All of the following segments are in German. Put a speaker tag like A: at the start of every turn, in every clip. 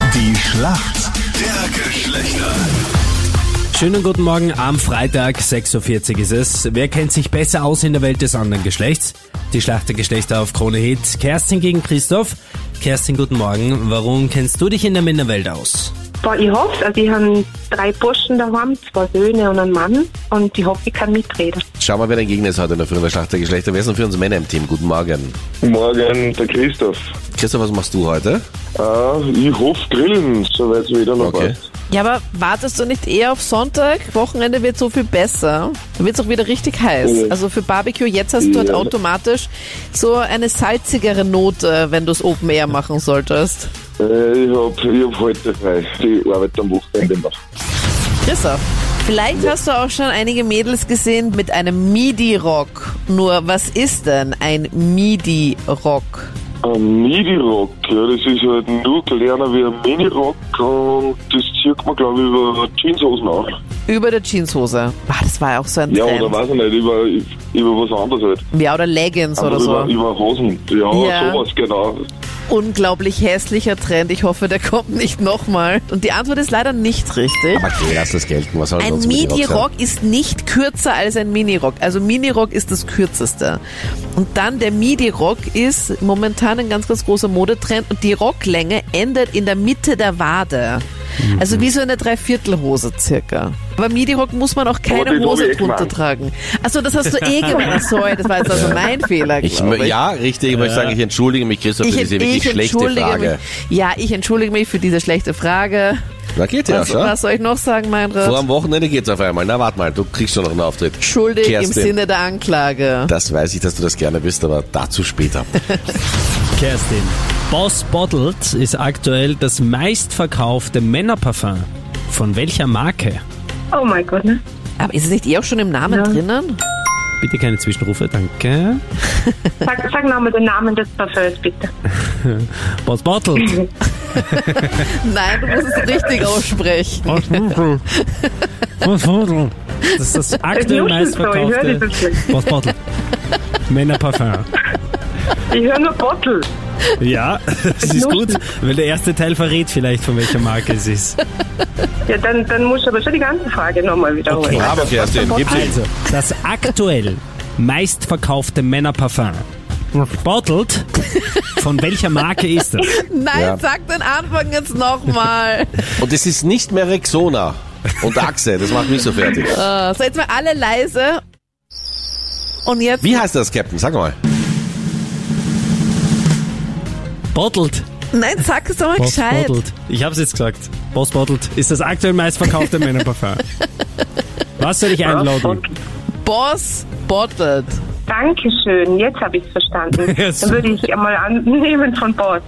A: Die Schlacht der Geschlechter.
B: Schönen guten Morgen am Freitag, 6.40 Uhr ist es. Wer kennt sich besser aus in der Welt des anderen Geschlechts? Die Schlacht der Geschlechter auf Krone Hit. Kerstin gegen Christoph. Kerstin, guten Morgen. Warum kennst du dich in der Männerwelt aus?
C: Boah, ich hoffe Also ich habe drei Burschen daheim, zwei Söhne und einen Mann. Und ich hoffe, ich kann mitreden.
D: Schauen wir, wer dein Gegner ist heute in der Früh in der Schlacht der Geschlechter. Wer ist denn für uns Männer im Team? Guten Morgen.
E: Morgen, der Christoph.
D: Christoph, was machst du heute?
E: Ah, ich hoffe grillen, soweit es wieder noch
D: Okay.
E: passt.
F: Ja, aber wartest du nicht eher auf Sonntag? Wochenende wird so viel besser. Da wird's auch wieder richtig heiß.
E: Ja.
F: Also für Barbecue jetzt hast du halt
E: Ja.
F: automatisch so eine salzigere Note, wenn du es Open Air machen solltest.
E: Äh, ich hab, ich hab heute frei. Die Arbeit am Wochenende noch.
F: Christoph, vielleicht hast du auch schon einige Mädels gesehen mit einem Midi-Rock. Nur was ist denn ein Midi-Rock?
E: Ein Midi-Rock, ja, das ist halt nur kleiner wie ein Mini-Rock und das zieht man, glaube ich, über Jeanshosen an.
F: Über der Jeanshose. Ah, das war ja auch so ein
E: Ja,
F: Trend.
E: oder weiß ich nicht, über, über was anderes halt.
F: ja, oder Leggings
E: Aber
F: oder so.
E: über, über Hosen. Ja,
F: Ja.
E: sowas, genau.
F: Unglaublich hässlicher Trend. Ich hoffe, der kommt nicht nochmal. Und die Antwort ist leider nicht richtig.
D: Aber okay, lass das gelten. Was soll
F: Ein
D: sonst mit dem sein?
F: Midi-Rock ist nicht kürzer als ein Mini-Rock. Also Mini-Rock ist das kürzeste. Und dann der Midi-Rock ist momentan ein ganz, ganz großer Modetrend und die Rocklänge endet in der Mitte der Wade.
D: Mhm.
F: Also wie so eine Dreiviertelhose circa. Aber Midi-Rock muss man
E: Aber
F: auch keine
E: den hab
F: Hose
E: ich eh
F: drunter
E: gemacht.
F: tragen. Achso, das hast du eh gemacht. Sorry, das war jetzt also mein Fehler,
D: Ich,
F: glaub
D: mö- ja, richtig. Ich möchte sagen, ich entschuldige mich, Christoph, für diese wirklich schlechte
F: entschuldige
D: Frage.
F: Mich. Ja, ich entschuldige mich für diese schlechte Frage.
D: Na, geht ja,
F: Was,
D: schon.
F: was soll ich noch sagen, Meinrad?
D: Vor am Wochenende geht's auf einmal. Na, warte mal, du kriegst schon noch einen Auftritt.
F: Schuldig im
D: Kerstin.
F: Sinne der Anklage.
D: Das weiß ich, dass du das gerne bist, aber dazu später.
B: Kerstin. Boss Bottled ist aktuell das meistverkaufte Männerparfum. Von welcher Marke?
C: Oh mein Gott, ne?
F: Aber ist es nicht eh auch schon im Namen
C: Ja.
F: drinnen?
B: Bitte keine Zwischenrufe, danke.
C: Sag, sag nochmal den Namen des Parfüms, bitte.
B: Boss Bottled.
F: Nein, du musst es richtig
D: Oh.
F: aussprechen.
B: Boss Bottled. Boss Bottled. Das ist das aktuell
C: Nuschelzeug, hör
B: meistverkaufte
C: nicht so schlecht.
B: Boss Bottled. Männerparfum.
C: Ich höre nur Bottle.
B: Ja, es ist gut, weil der erste Teil verrät vielleicht, von welcher Marke es ist.
C: Ja, dann, dann musst du aber schon die ganze Frage nochmal wiederholen.
B: Okay.
D: Bravo, Kerstin. Gib's ihm.
B: Also, das aktuell meistverkaufte Männerparfum. Bottled? Von welcher Marke ist das?
F: Nein,
D: Ja.
F: sag den Anfang jetzt nochmal.
D: Und es ist nicht mehr Rexona und Achse. Das macht mich so fertig.
F: Äh, so, jetzt mal alle leise. Und jetzt.
D: Wie heißt das, Captain? Sag mal.
B: Bottled.
F: Nein, sag es doch mal
B: Boss
F: gescheit.
B: Bottled. Ich hab's jetzt gesagt. Boss Bottled ist das aktuell meistverkaufte Männerparfum. Was soll ich einloggen?
F: Boss Bottled.
C: Dankeschön, jetzt habe ich es verstanden.
B: Ja,
C: Dann würde ich einmal annehmen von Boss.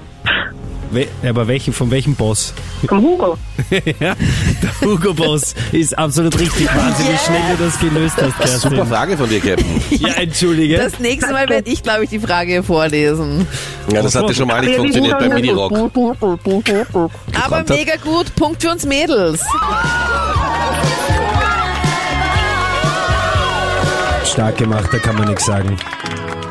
B: We aber welchen, von welchem Boss?
C: Vom Hugo.
B: ja, der Hugo Boss ist absolut richtig. Wahnsinn, wie schnell du das gelöst hast,
D: Super
B: Kerstin.
D: Frage von dir, Captain.
B: Ja, entschuldige.
F: Das nächste Mal werde ich, glaube ich, die Frage vorlesen.
D: Ja, das hatte schon mal nicht funktioniert bei Mini-Rock.
F: Aber
D: Gekonnt hat.
F: mega gut. Punkt für uns Mädels.
B: Stark gemacht, da kann man nichts sagen.